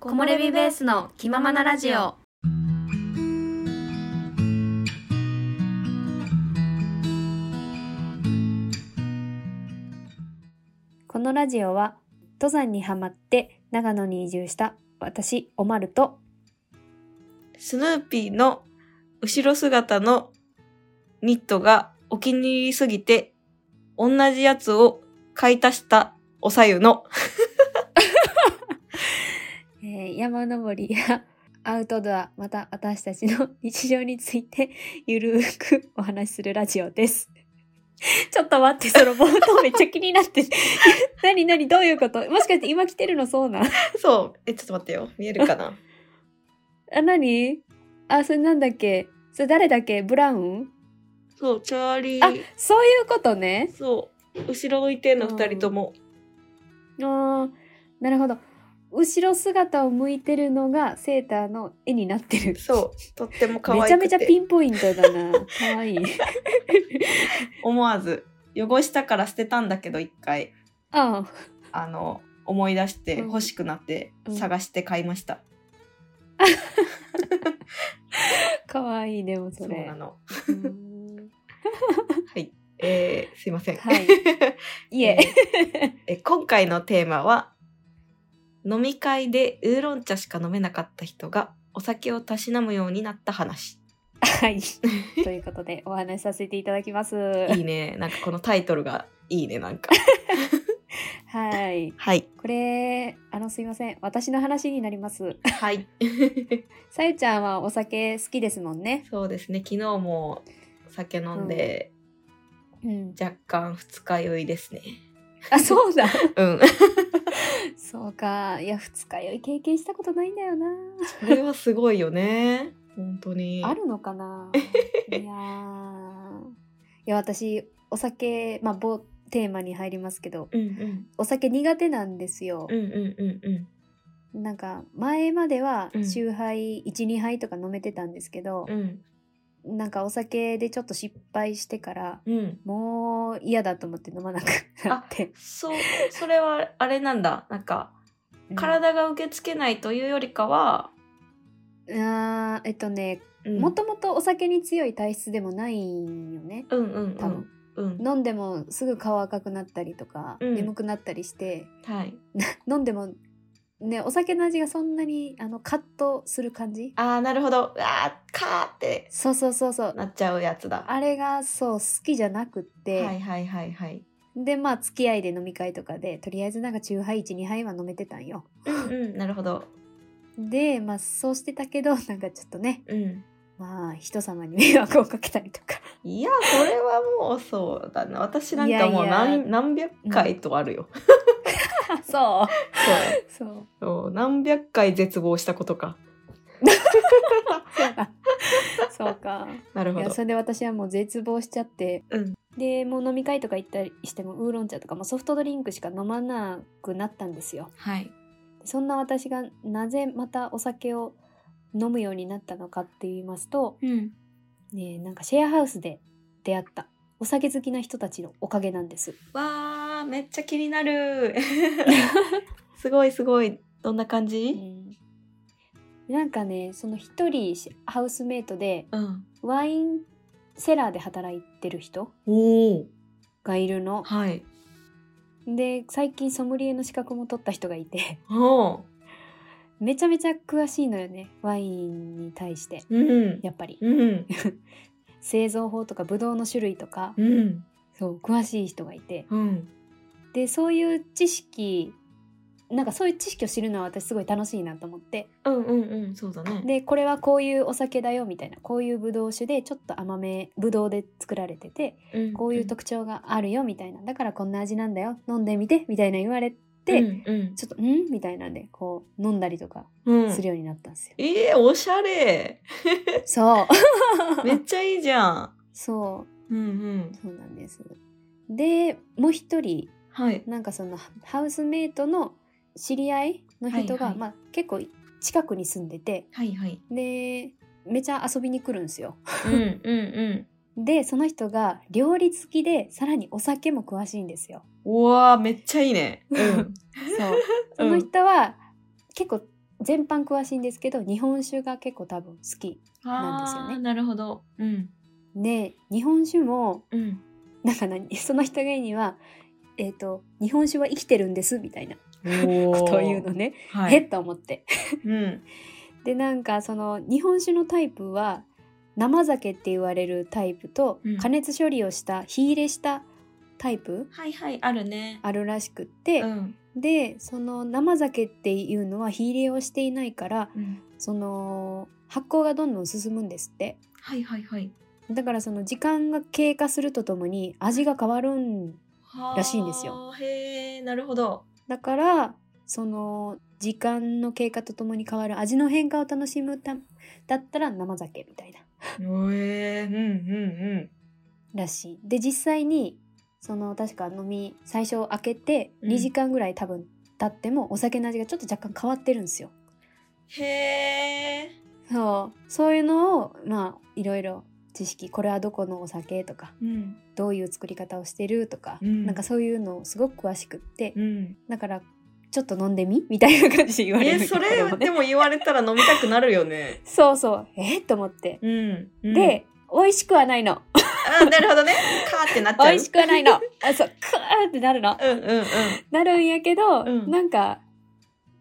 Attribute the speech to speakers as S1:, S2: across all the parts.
S1: 木漏れ日ベースの気ままなラジオ。
S2: このラジオは登山にハマって長野に移住した私おまると
S3: スヌーピーの後ろ姿のニットがお気に入りすぎて、同じやつを買い足したおさゆの。
S2: えー山登りやアウトドアまた私たちの日常についてゆるーくお話しするラジオです。 ちょっと待って、その冒頭めっちゃ気になって。何何どういうこともしかして今来てるのそうなん
S3: そう。え、ちょっと待ってよ。見えるかな
S2: あ、何あ、それなんだっけそれ誰だっけブラウン
S3: そう、チャーリ
S2: あ
S3: ー。、
S2: そういうことね。
S3: そう。後ろ向いてんの二人とも。
S2: あーなるほど。後ろ姿を向いてるのがセーターの絵になってる。
S3: そう。とっても可愛く
S2: め
S3: て
S2: ちゃめちゃピンポイントだな。可愛いい。
S3: 思わず、汚したから捨てたんだけど、一回、
S2: ああ
S3: あの、思い出して
S2: うん
S3: 欲しくなって
S2: うん
S3: 探して買いました。
S2: 可愛いいでもそ
S3: そう
S2: れ
S3: な。の。
S2: うーん
S3: はい。えー、すいません。
S2: はいいえ。
S3: えー今回のテーマは飲み会でウーロン茶しか飲めなかった人がお酒をたしなむようになった話
S2: はい。ということでお話しさせていただきます。
S3: いいねなんかこのタイトルがいいねなんか
S2: はい。
S3: はい
S2: これあのすいません私の話になります。
S3: はい
S2: さゆちゃんはお酒好きですもんね。
S3: そうですね昨日も酒飲んで、
S2: うん。
S3: 若干二日酔いですね
S2: あそうだ。
S3: うん
S2: そうか。いや二日酔い経験したことないんだよな。
S3: それはすごいよね本当に
S2: あるの かないやーいや私お酒まあ某テーマに入りますけど
S3: うんうん
S2: お酒苦手なんですよ
S3: う、んうんうんうん
S2: なんか前までは
S3: うん
S2: 酎ハイ12、杯とか飲めてたんですけど
S3: う、ん
S2: なんかお酒でちょっと失敗してから
S3: うん
S2: もう嫌だと思って飲まなくなって、
S3: そうそれはあれなんだなんか
S2: うん
S3: 体が受け付けないというよりかは、
S2: あーえっとね
S3: うん
S2: もともとお酒に強い体質でもないんよね
S3: うんうんう
S2: 多分
S3: んうん
S2: 飲んでもすぐ顔赤くなったりとか、
S3: うん
S2: 眠くなったりして
S3: はい
S2: 飲んでもねお酒の味がそんなにあのカッとする感じ
S3: あーなるほどうわーかーって
S2: そうそうそうそう
S3: なっちゃうやつだは
S2: あれがそう好きじゃなくっ
S3: い
S2: て、
S3: はいはいはい
S2: でまあ付き合いで飲み会とかでとりあえずなんか中杯12杯は飲めてたんよ
S3: うんうんなるほど
S2: でまあそうしてたけど なんかちょっとね
S3: うん
S2: まあ人様に迷惑をかけたりとか
S3: いやそれはもうそうだな私なんかもう
S2: いやいや
S3: 何何百回とあるよ、
S2: そう
S3: そう
S2: そう
S3: そう何百回絶望したことか
S2: そうかそうか
S3: なる
S2: い
S3: ほ
S2: や
S3: ど
S2: それで私はもう絶望しちゃって、
S3: うん
S2: でもう飲み会とか行ったりしてもウーロン茶とかもうソフトドリンクしか飲まなくなったんですよ
S3: はい
S2: そんな私がなぜまたお酒を飲むようになったのかって言いますと、
S3: うん
S2: ねえ、なんかシェアハウスで出会ったお酒好きな人たちのおかげなんです。
S3: わーめっちゃ気になる すごいすごいどんな感
S2: う
S3: じ
S2: ん、なんかねその一人ハウスメイトで
S3: うん
S2: ワインセラーで働いてる人
S3: おお
S2: がいるの。
S3: はい
S2: で最近ソムリエの資格も取った人がいて
S3: おー
S2: めちゃめちゃ詳しいのよねワインに対して
S3: うん
S2: やっぱり
S3: うん
S2: 製造法とかブドウの種類とか
S3: うん
S2: そう詳しい人がいて
S3: うん
S2: でそういう知識なんかそういう知識を知るのは私すごい楽しいなと思って
S3: うんうんうんそうだね。
S2: でこれはこういうお酒だよみたいなこういうブドウ酒でちょっと甘めブドウで作られてて
S3: うん
S2: こういう特徴があるよみたいなだからこんな味なんだよ飲んでみてみたいな言われて、
S3: うんうん
S2: ちょっと「ん?」みたいなんでこう飲んだりとか
S3: うん
S2: するようになったんですよ。
S3: えー、おしゃ れ。
S2: そう
S3: めっちゃいいじゃん。
S2: そ
S3: うんうん
S2: う。そうなんです。でもう一人
S3: はい。
S2: なんかそのハウスメイトの知り合いの人が、
S3: はいはい
S2: まあ、結構近くに住んでて
S3: はいはい。
S2: でめちゃ遊びに来るんですよ。
S3: うんうんう
S2: でその人が料理好きでさらにお酒も詳しいんですよ。
S3: ん。うわーめっちゃいいね。うん。
S2: そうその人は結構全般詳しいんですけど日本酒が結構多分好きなんですよね
S3: あーなるほど。うん。
S2: で日本酒も
S3: うん。
S2: なんか何その人が言うには「えっと日本酒は生きてるんです」みたいなこ
S3: こと
S2: を言うの。ね、
S3: はい。
S2: えっと思って
S3: うん。
S2: でなんかその日本酒のタイプは生酒って言われるタイプと
S3: うん
S2: 加熱処理をした火入れしたタイプ
S3: はいはい、あるね。
S2: あるらしくって、
S3: うん。
S2: でその生酒っていうのは火入れをしていないから
S3: うん。
S2: その発酵がどんどん進むんですって
S3: はいはいはい。
S2: だからその時間が経過するとともに味が変わるん
S3: はー
S2: らしいんですよ。
S3: へえ、なるほど。
S2: だからその時間の経過とともに変わる味の変化を楽しむただったら生酒みたいな
S3: ええ、うんうん
S2: らしいで実際にその確か飲み最初開けて
S3: うん
S2: 2時間ぐらい多分経ってもお酒の味がちょっと若干変わってるんですよ
S3: うん。へえ。
S2: そうそういうのをまあいろいろ知識これはどこのお酒とか
S3: うん。
S2: どういう作り方をしてるとか、
S3: うん
S2: なんかそういうのをすごく詳しくって、
S3: うん。
S2: だからちょっと飲んでみみたいな感じで言われ
S3: え、
S2: る
S3: そ
S2: 子
S3: れ
S2: 供
S3: でも言われたら飲みたくなるよね。
S2: そうそうえっと思って、
S3: うん。うん、
S2: で美味しくはないの
S3: あ、なるほどね。カーってなっちゃう。
S2: 美味しくはないのあそうクーってなるの
S3: うんうんうん。
S2: なるんやけ
S3: う
S2: ど、
S3: ん
S2: なんか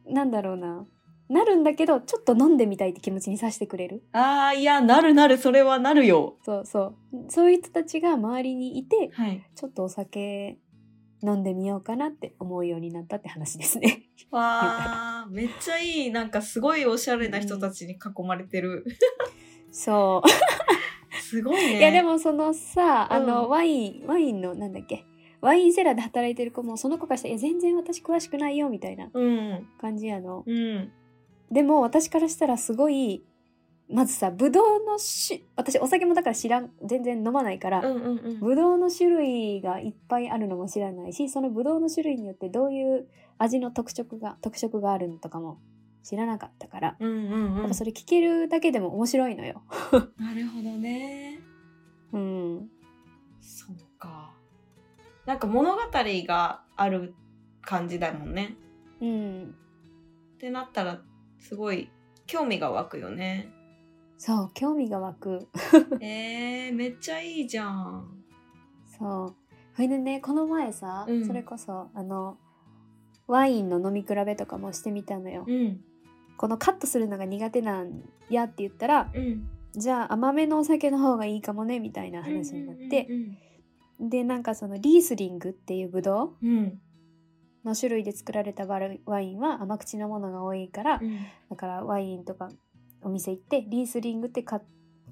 S2: なんだろうななるんだけどちょっと飲んでみたいって気持ちにさせてくれる
S3: ああ、いや、なるなる、それはなるよ。
S2: そうそうそういう人たちが周りにいて
S3: はい。
S2: ちょっとお酒飲んでみようかなって思うようになったって話で すね
S3: わあ、めっちゃいい。なんかすごいおしゃれな人たちに囲まれてる。
S2: そう
S3: すごいね。
S2: いやでもそのさ、あ
S3: う
S2: の
S3: ん
S2: ワインワインのなんだっけワインセラーで働いてる子もその子からしたら「いや全然私詳しくないよ」みたいな
S3: うん。
S2: 感じやの。
S3: うん。
S2: でも私からしたらすごいまずさブドウのし私お酒もだから知らん全然飲まないから、
S3: うんうんうん。
S2: ブドウの種類がいっぱいあるのも知らないしそのブドウの種類によってどういう味の特色が特色があるのとかも知らなかったから、
S3: うんうんう
S2: やっ
S3: ん
S2: ぱ。それ聞けるだけでも面白いのよ。
S3: なるほどね。
S2: うん、
S3: そうか。なんか物語がある感じだもんね。
S2: うん
S3: ってなったら、すごい興味が湧くよね。
S2: そう興味が湧く
S3: えー、めっちゃいいじゃん。
S2: そうそれでねこの前さ、
S3: うん
S2: それこそあのワインの飲み比べとかもしてみたのよ、
S3: うん。
S2: このカットするのが苦手なんやって言ったら
S3: うん。
S2: じゃあ甘めのお酒の方がいいかもねみたいな話になって、
S3: うん
S2: でなんかそのリースリングっていうブドウ
S3: うんうん。
S2: の種類で作られたワルワインは甘口のものが多いから、
S3: うんうん
S2: だからワインとかお店行ってリースリングってか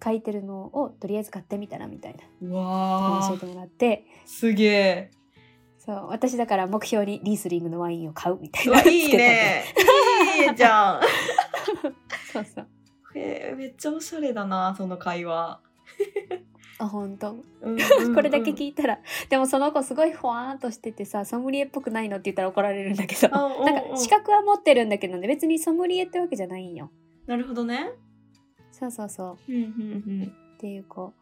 S2: 書いてるのをとりあえず買ってみたらみたいな
S3: うわ
S2: 教え
S3: あ
S2: てもらって
S3: すげえ
S2: そう私だから目標にリースリングのワインを買うみたいうな
S3: わ
S2: のを
S3: い
S2: つ
S3: い
S2: けたの
S3: ねいいじゃん
S2: そうそう
S3: えーめっちゃおしゃれだなその会話、
S2: あ本当
S3: うん うんうん
S2: これだけ聞いたら、でもその子すごいほわーんとしててさソムリエっぽくないのって言ったら怒られるんだけど
S3: あ
S2: な
S3: うんうん
S2: んか資格は持ってるんだけどね別にソムリエってわけじゃないんよ
S3: なるほどね
S2: そうそうそう
S3: うんうん
S2: っていう子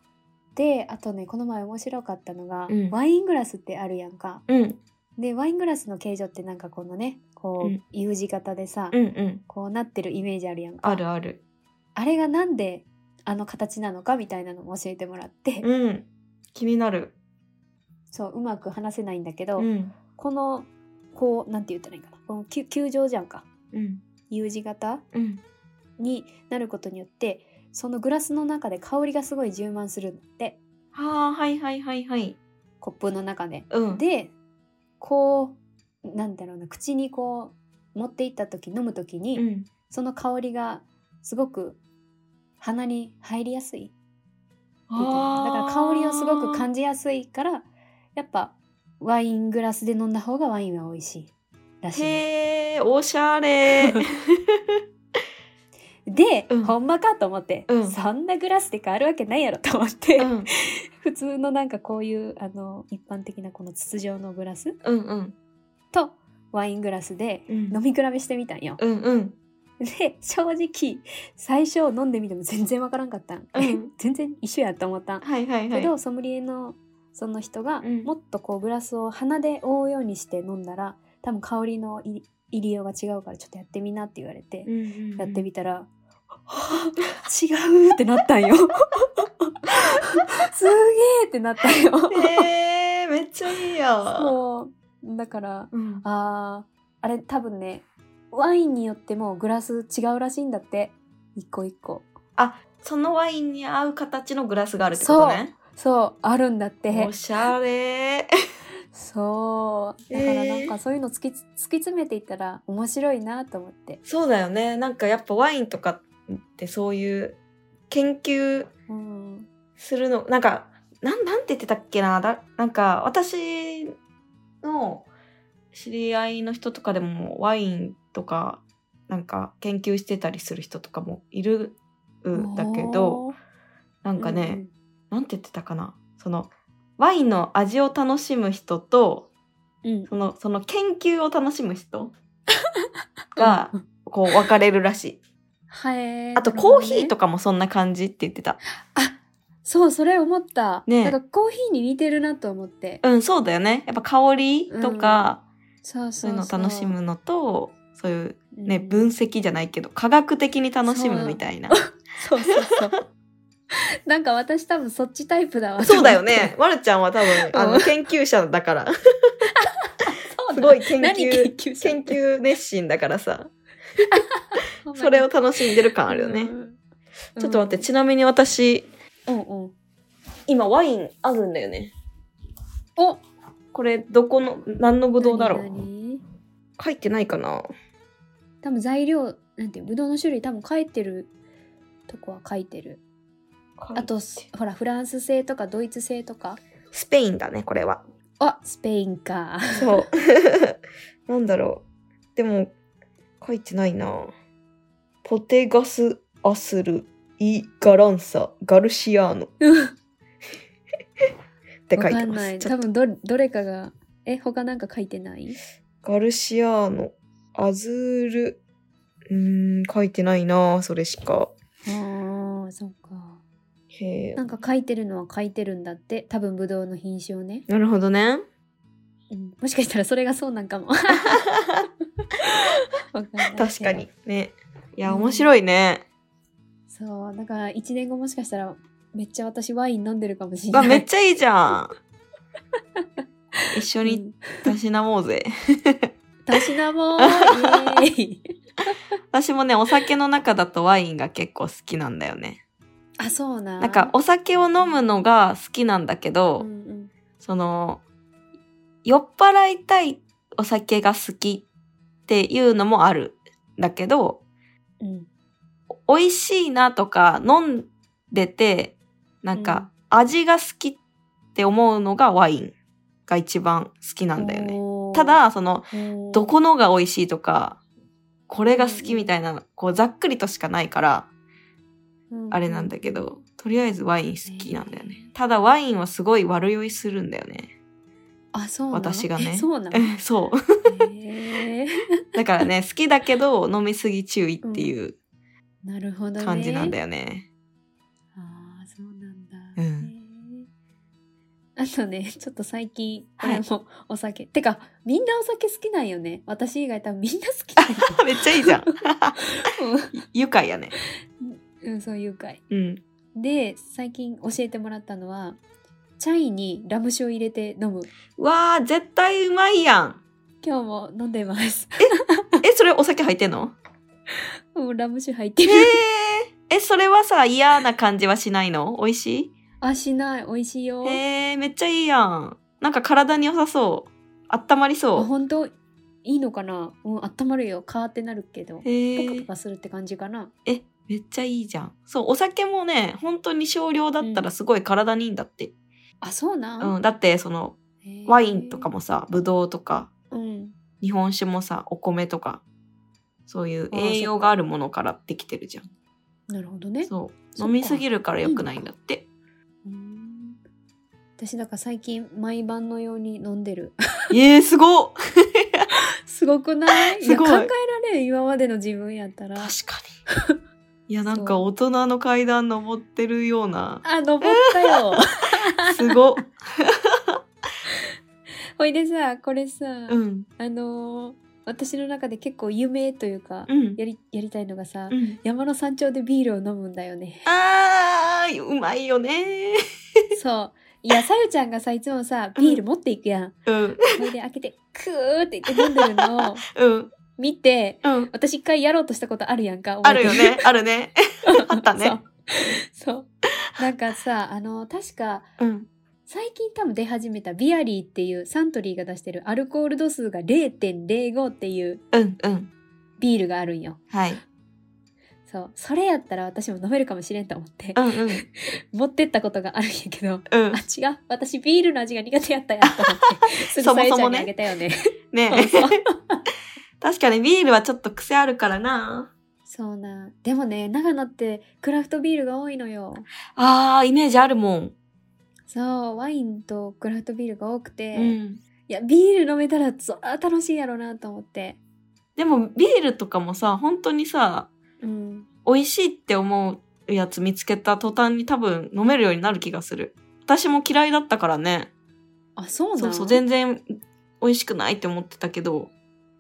S2: であとねこの前面白かったのが、
S3: うん
S2: ワイングラスってあるやんか
S3: うんうん
S2: でワイングラスの形状ってなんかこのねこ
S3: う
S2: うん U 字型でさ、
S3: うんうん
S2: こうなってるイメージあるやんか
S3: あるある
S2: あれがなんであの形なのかみたいなのも教えてもらって、
S3: うん気になる
S2: そううまく話せないんだけど、
S3: うん
S2: このこうなんて言ったらいいかなこの球球状じゃんか
S3: うん
S2: U 字型
S3: うん
S2: になることによってそのグラスの中で香りがすごい充満するんだって
S3: はあはいはいはいはい
S2: コップの中で。
S3: うん
S2: でこうなんだろうな口にこう持っていった時飲む時に、
S3: うん
S2: その香りがすごく鼻に入りやすいみたいなだから香りをすごく感じやすいからやっぱワイングラスで飲んだ方がワインは美味しいらしいの。
S3: へえおしゃ れ
S2: で、
S3: うん
S2: ほんまかと思って、
S3: うん
S2: そんなグラスで変わるわけないやろと思って、
S3: うん
S2: 普通のなんかこういうあの一般的なこの筒状のグラス
S3: うんうん
S2: とワイングラスで
S3: うん
S2: 飲み比べしてみたんよ。
S3: うんうん
S2: で正直最初飲んでみても全然わからんかったん、
S3: うん
S2: 全然一緒やと思ったん、
S3: はいはいは
S2: け
S3: い
S2: どソムリエのその人が
S3: うん
S2: もっとこうグラスを鼻で覆うようにして飲んだら多分香りのい入りようが違うからちょっとやってみなって言われて、やって
S3: み
S2: みたら、はぁ違うってなったんよ。 すげーってなったんよ。
S3: えー、めっちゃいいやん。
S2: そう。だから、
S3: うん
S2: あー、あれ多分ね、ワインによってもグラス違うらしいんだって。一個一個。
S3: そのワインに合う形のグラスがあるってことね。
S2: そう、あるんだって
S3: お。しゃれ。
S2: そう。だからなんかそういうの突き,、突き詰めていったら面白いなと思って。
S3: そうだよね。なんかやっぱワインとかってそういう研究
S2: うん。
S3: するの、なんか、なん、なんて言ってたっけな。だなんか私の知り合いの人とかでもワインとかなんか研究してたりする人とかもいるんだけど、
S2: おー、
S3: なんかね、
S2: うんうん
S3: なんて言ってたかなそのワインの味を楽しむ人と
S2: うん
S3: そのその研究を楽しむ人がこう分かれるらしい
S2: はい。
S3: あとコーヒー
S2: か
S3: とかもそんな感じって言ってた
S2: そう、それ思った。
S3: ねえ
S2: なんかコーヒーに似てるなと思って。
S3: うんそうだよねやっぱ香りとか、
S2: そう
S3: そ
S2: そうう
S3: いうのを楽しむのとそういう
S2: うん
S3: ね、分析じゃないけど科学的に楽しむみたいな
S2: そうそうそう。 なんか私多分そっちタイプだわ。
S3: そうだよね。まるちゃんは多分あ
S2: う
S3: の
S2: ん
S3: 研究者だから
S2: そう
S3: す
S2: だ
S3: ごい研
S2: 何
S3: 究
S2: 究
S3: 研究熱心だからさ
S2: 究
S3: それを楽しんでる感あるよね、ちょっと待って、ちなみに私、
S2: うんうん。
S3: 今ワインあるんだよね。
S2: お
S3: これ、どこの、何のブドウだろ
S2: 何
S3: う
S2: 々
S3: 書いてないかな
S2: 多分材料、なんていう、ぶどうの種類多分書いてるとこは書いてる。あと、すほら、フランス製とかドイツ製とか。
S3: スペインだね、これは。
S2: あスペインか。
S3: そう。 なんだろう。でも、書いてないな。ポテガス・アスル・イ・ガランサ・ガルシアーノっ
S2: うん
S3: て書
S2: わ
S3: い
S2: か
S3: て
S2: ん
S3: ま
S2: ない。
S3: す。ち
S2: 多
S3: ょっと
S2: 分どれどれかが、え、他なんか書いてない
S3: ガルシアーノ、アズール、うーん、書いてないな、それしか。
S2: ああ、そうか。
S3: へえ
S2: な。んか書いてるのは書いてるんだって、多分ブドウの品種をね。
S3: なるほどね。
S2: うんもしかしたらそれがそうなん かも。わんないけど
S3: 確かに。ねいや
S2: うん
S3: 面白いね、
S2: そう、だから1年後もしかしたら、めっちゃ私ワイン飲んでるかもしれ
S3: わ
S2: ない。
S3: めっちゃいいじゃん一緒
S2: う
S3: に
S2: ん
S3: たしなもうぜ、
S2: たし なもーイエーイ
S3: 私もねお酒の中だとワインが結構好きなんだよね
S2: あ、そうな。
S3: なんかお酒を飲むのが好きなんだけど、
S2: うんうん
S3: その酔っ払いたいお酒が好きっていうのもあるんだけど
S2: うん
S3: 美味しいなとか飲んでてなんか味が好きって思うのがワインが一番好きなんだよね。
S2: おー
S3: た、だそのど
S2: ど
S3: このが美味しいとかこれが好きみたいなこうざっくりとしかないからあれなんだけどとりあえずワイン好きなんだよね。ただワインはすごい悪酔いするんだよ ね。
S2: あ、そうな。
S3: 私がね
S2: えそうな。
S3: そう
S2: へー
S3: だからね好きだけど飲みすぎ注意っていう
S2: なるほどね。
S3: 感じなんだよね。
S2: ああ、そうなん
S3: う
S2: だ。
S3: ん
S2: へーあとね、ちょっと最近、こ
S3: はい
S2: れもお酒。てか、みんなお酒好きなんよね。私以外多分みんな好き なんよ
S3: めっちゃいいじゃん。愉快やね。
S2: うん、うん、そういう回。
S3: うん。
S2: で、最近教えてもらったのは、チャイにラム酒を入れて飲む。
S3: わあ絶対うまいやん。
S2: 今日も飲んでます。
S3: え、それお酒入ってんの
S2: もうラム酒入って
S3: へ
S2: る。
S3: え。え、それはさ、嫌な感じはしないの美味し
S2: あ、しない。美味しいよ
S3: い。へえ、めっちゃいいやん。なんか体に良さそう。あったまり
S2: あ
S3: そ
S2: 本当いいのかなうん、温まるよ。カーってなるけど
S3: う。。
S2: ポ
S3: へ
S2: カ
S3: え
S2: ポ。カするって感じかな。
S3: え、めっちゃいいじゃん。そう、お酒もね、本当に少量だったらすごい体にいいんだって。
S2: あ、そう
S3: うん、
S2: なん、
S3: だって、その、
S2: へー
S3: ワインとか。もさ、ぶどうとか、
S2: うん。
S3: 日本酒もさ、お米とか、そういう
S2: あー
S3: 栄養があるものからできてるじゃん。
S2: なるほどね。
S3: そう。
S2: そっか
S3: 飲みすぎるから良くないんだって。
S2: うーん私だから最近毎晩のように飲んでる
S3: えー、すごっ
S2: すごくないや
S3: すごい
S2: 考えられん今までの自分やったら
S3: 確かに いやなんか
S2: そう
S3: 大人の階段登ってるよう な
S2: あ登ったよ
S3: すごっ
S2: ほいでさこれさ、
S3: うん
S2: あのー私の中で結構夢というか、
S3: うん。
S2: やりやりたいのがさ、
S3: うん、。
S2: 山の山頂でビールを飲むんだよね
S3: あー、うまいよね
S2: そう。いや、さゆちゃんがさ、いつもさ、ビール持っていくやん。
S3: うん、
S2: それで開けて、クーって言って飲んでるのを
S3: うん、
S2: 見て、
S3: うん。
S2: 私一回やろうとしたことあるやんか。
S3: あるよね、ある ね。
S2: 覚えてる。
S3: あった ね
S2: そう。そう。なん かさ、あの、確か、
S3: うん。
S2: 最近多分出始めたビアリーっていうサントリーが出してるアルコール度数が0.05っていう
S3: うん、うん。
S2: ビールがあるんよ。
S3: はい。
S2: そう。それやったら私も飲めるかもしれんと思って
S3: う、ん、うん、
S2: 持ってったことがあるんやけ
S3: う
S2: ど、
S3: ん
S2: あ、。違う。私ビールの味が苦手やったやと思 って、すぐ
S3: そも
S2: さえ
S3: そ
S2: ちゃ
S3: も
S2: んに
S3: ね
S2: あげたよね。
S3: ね
S2: そうそう
S3: 確かにビールはちょっと癖あるからな。
S2: そうなん。でもね、長野ってクラフトビールが多いのよ。
S3: あー、イメージあるもん。
S2: そう、ワインとクラフトビールが多くて、
S3: う
S2: い
S3: ん。
S2: や、ビール飲めたらそら楽しいやろなと思って。
S3: でも、ビールとかもさ、本当にさ、
S2: うん。
S3: 美味しいって思うやつ見つけた途端に多分飲めるようになる気がする。私も嫌いだったからね。
S2: あ、そうなん
S3: そうそう、全然美味しくないって思ってたけど、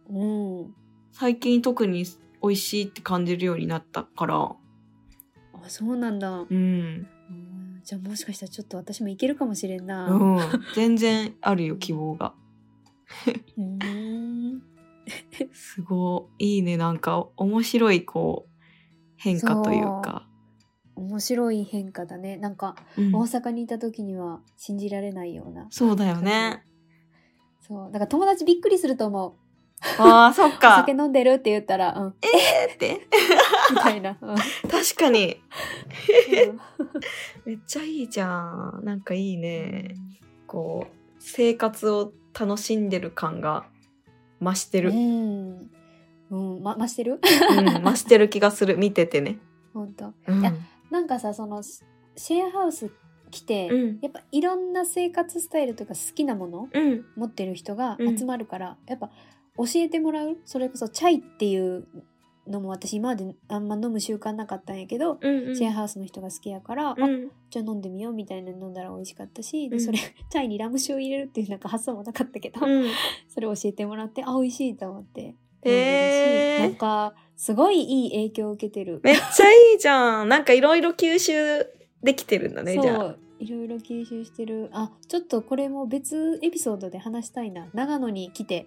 S2: うん。
S3: 最近特に美味しいって感じるようになったから、
S2: あ、そうなんだ。
S3: うん。
S2: うんじゃあもしかしたらちょっと私もいけるかもしれんな。
S3: うん。全然あるよ、希望が。
S2: うーん
S3: すごい。いいね。なんか、面白い、こう、変化というか。
S2: 面白い変化だね。なんか、
S3: うん
S2: 大阪にいた時には信じられないような。
S3: そうだよね。
S2: そう。だから友達びっくりすると思う。
S3: ああ、そっ
S2: お
S3: か
S2: 酒。飲んでるって言った ら、うん、
S3: えーって。
S2: みたいな。うん
S3: 確かに。めっちゃいいじゃん。なんかいいね。こう、生活を楽しんでる感が増して
S2: う
S3: る。
S2: ん。うん、ま、増してる
S3: うん、増してる気がする。見ててね。
S2: 本当
S3: うん。
S2: いやなんかさ、その、シシェアハウス来て、
S3: うん。
S2: やっぱいろんな生活スタイルというか好きなもの
S3: うん。
S2: 持ってる人が
S3: うん
S2: 集まるから、やっぱ教えてもらうそれこそチャイっていうのも私今まであんま飲む習慣なかったんやけど、
S3: うん。うん
S2: シェアハウスの人が好きやから、
S3: う
S2: あ
S3: ん。
S2: じゃあ飲んでみようみたいなの飲んだら美味しかったし、で
S3: うん
S2: それチャイにラム酒を入れるっていうなんか発想もなかったけど、
S3: うん。
S2: それを教えてもらってあ美味しいと思って飲んで
S3: へ
S2: るし
S3: ー
S2: なんかすごいいい影響を受けてる。
S3: めっちゃいいじゃん。なんかいろいろ吸収できてるんだね、じゃ
S2: そ
S3: あ。
S2: ういろいろ吸収してるあちょっとこれも別エピソードで話したいな長野に来て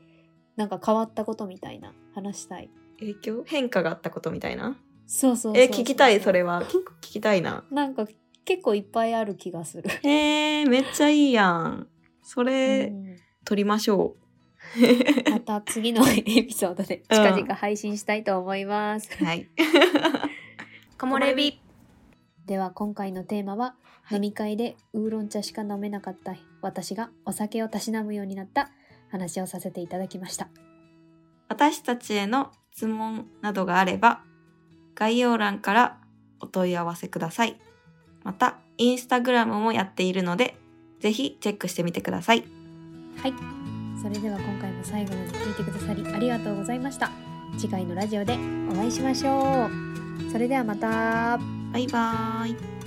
S2: なんか変わったことみたいな話したい
S3: 影響変化があったことみたいな。
S2: そうそうそう
S3: え、聞きたい、それ
S2: は
S3: は。聞聞きたいな。
S2: なんか結構いっぱいある気がする、
S3: へえ、めっちゃいいやん。それ、撮りましょ
S2: うんまた次のエピソードで近々配信したいと思います、
S3: う。はい。
S1: 木漏れ日。
S2: では今回のテーマは、飲み会でウーロン茶しか飲めなかった私がお酒をたしなむようになった話をさせていただきました
S3: 私たちへの質問などがあれば概要欄からお問い合わせください。また、インスタグラムもやっているので、ぜひチェックしてみてください。
S2: はい。それでは今回も最後まで聞いてくださりありがとうございました。次回のラジオでお会いしましょう。それではまた。
S3: バイバーイ。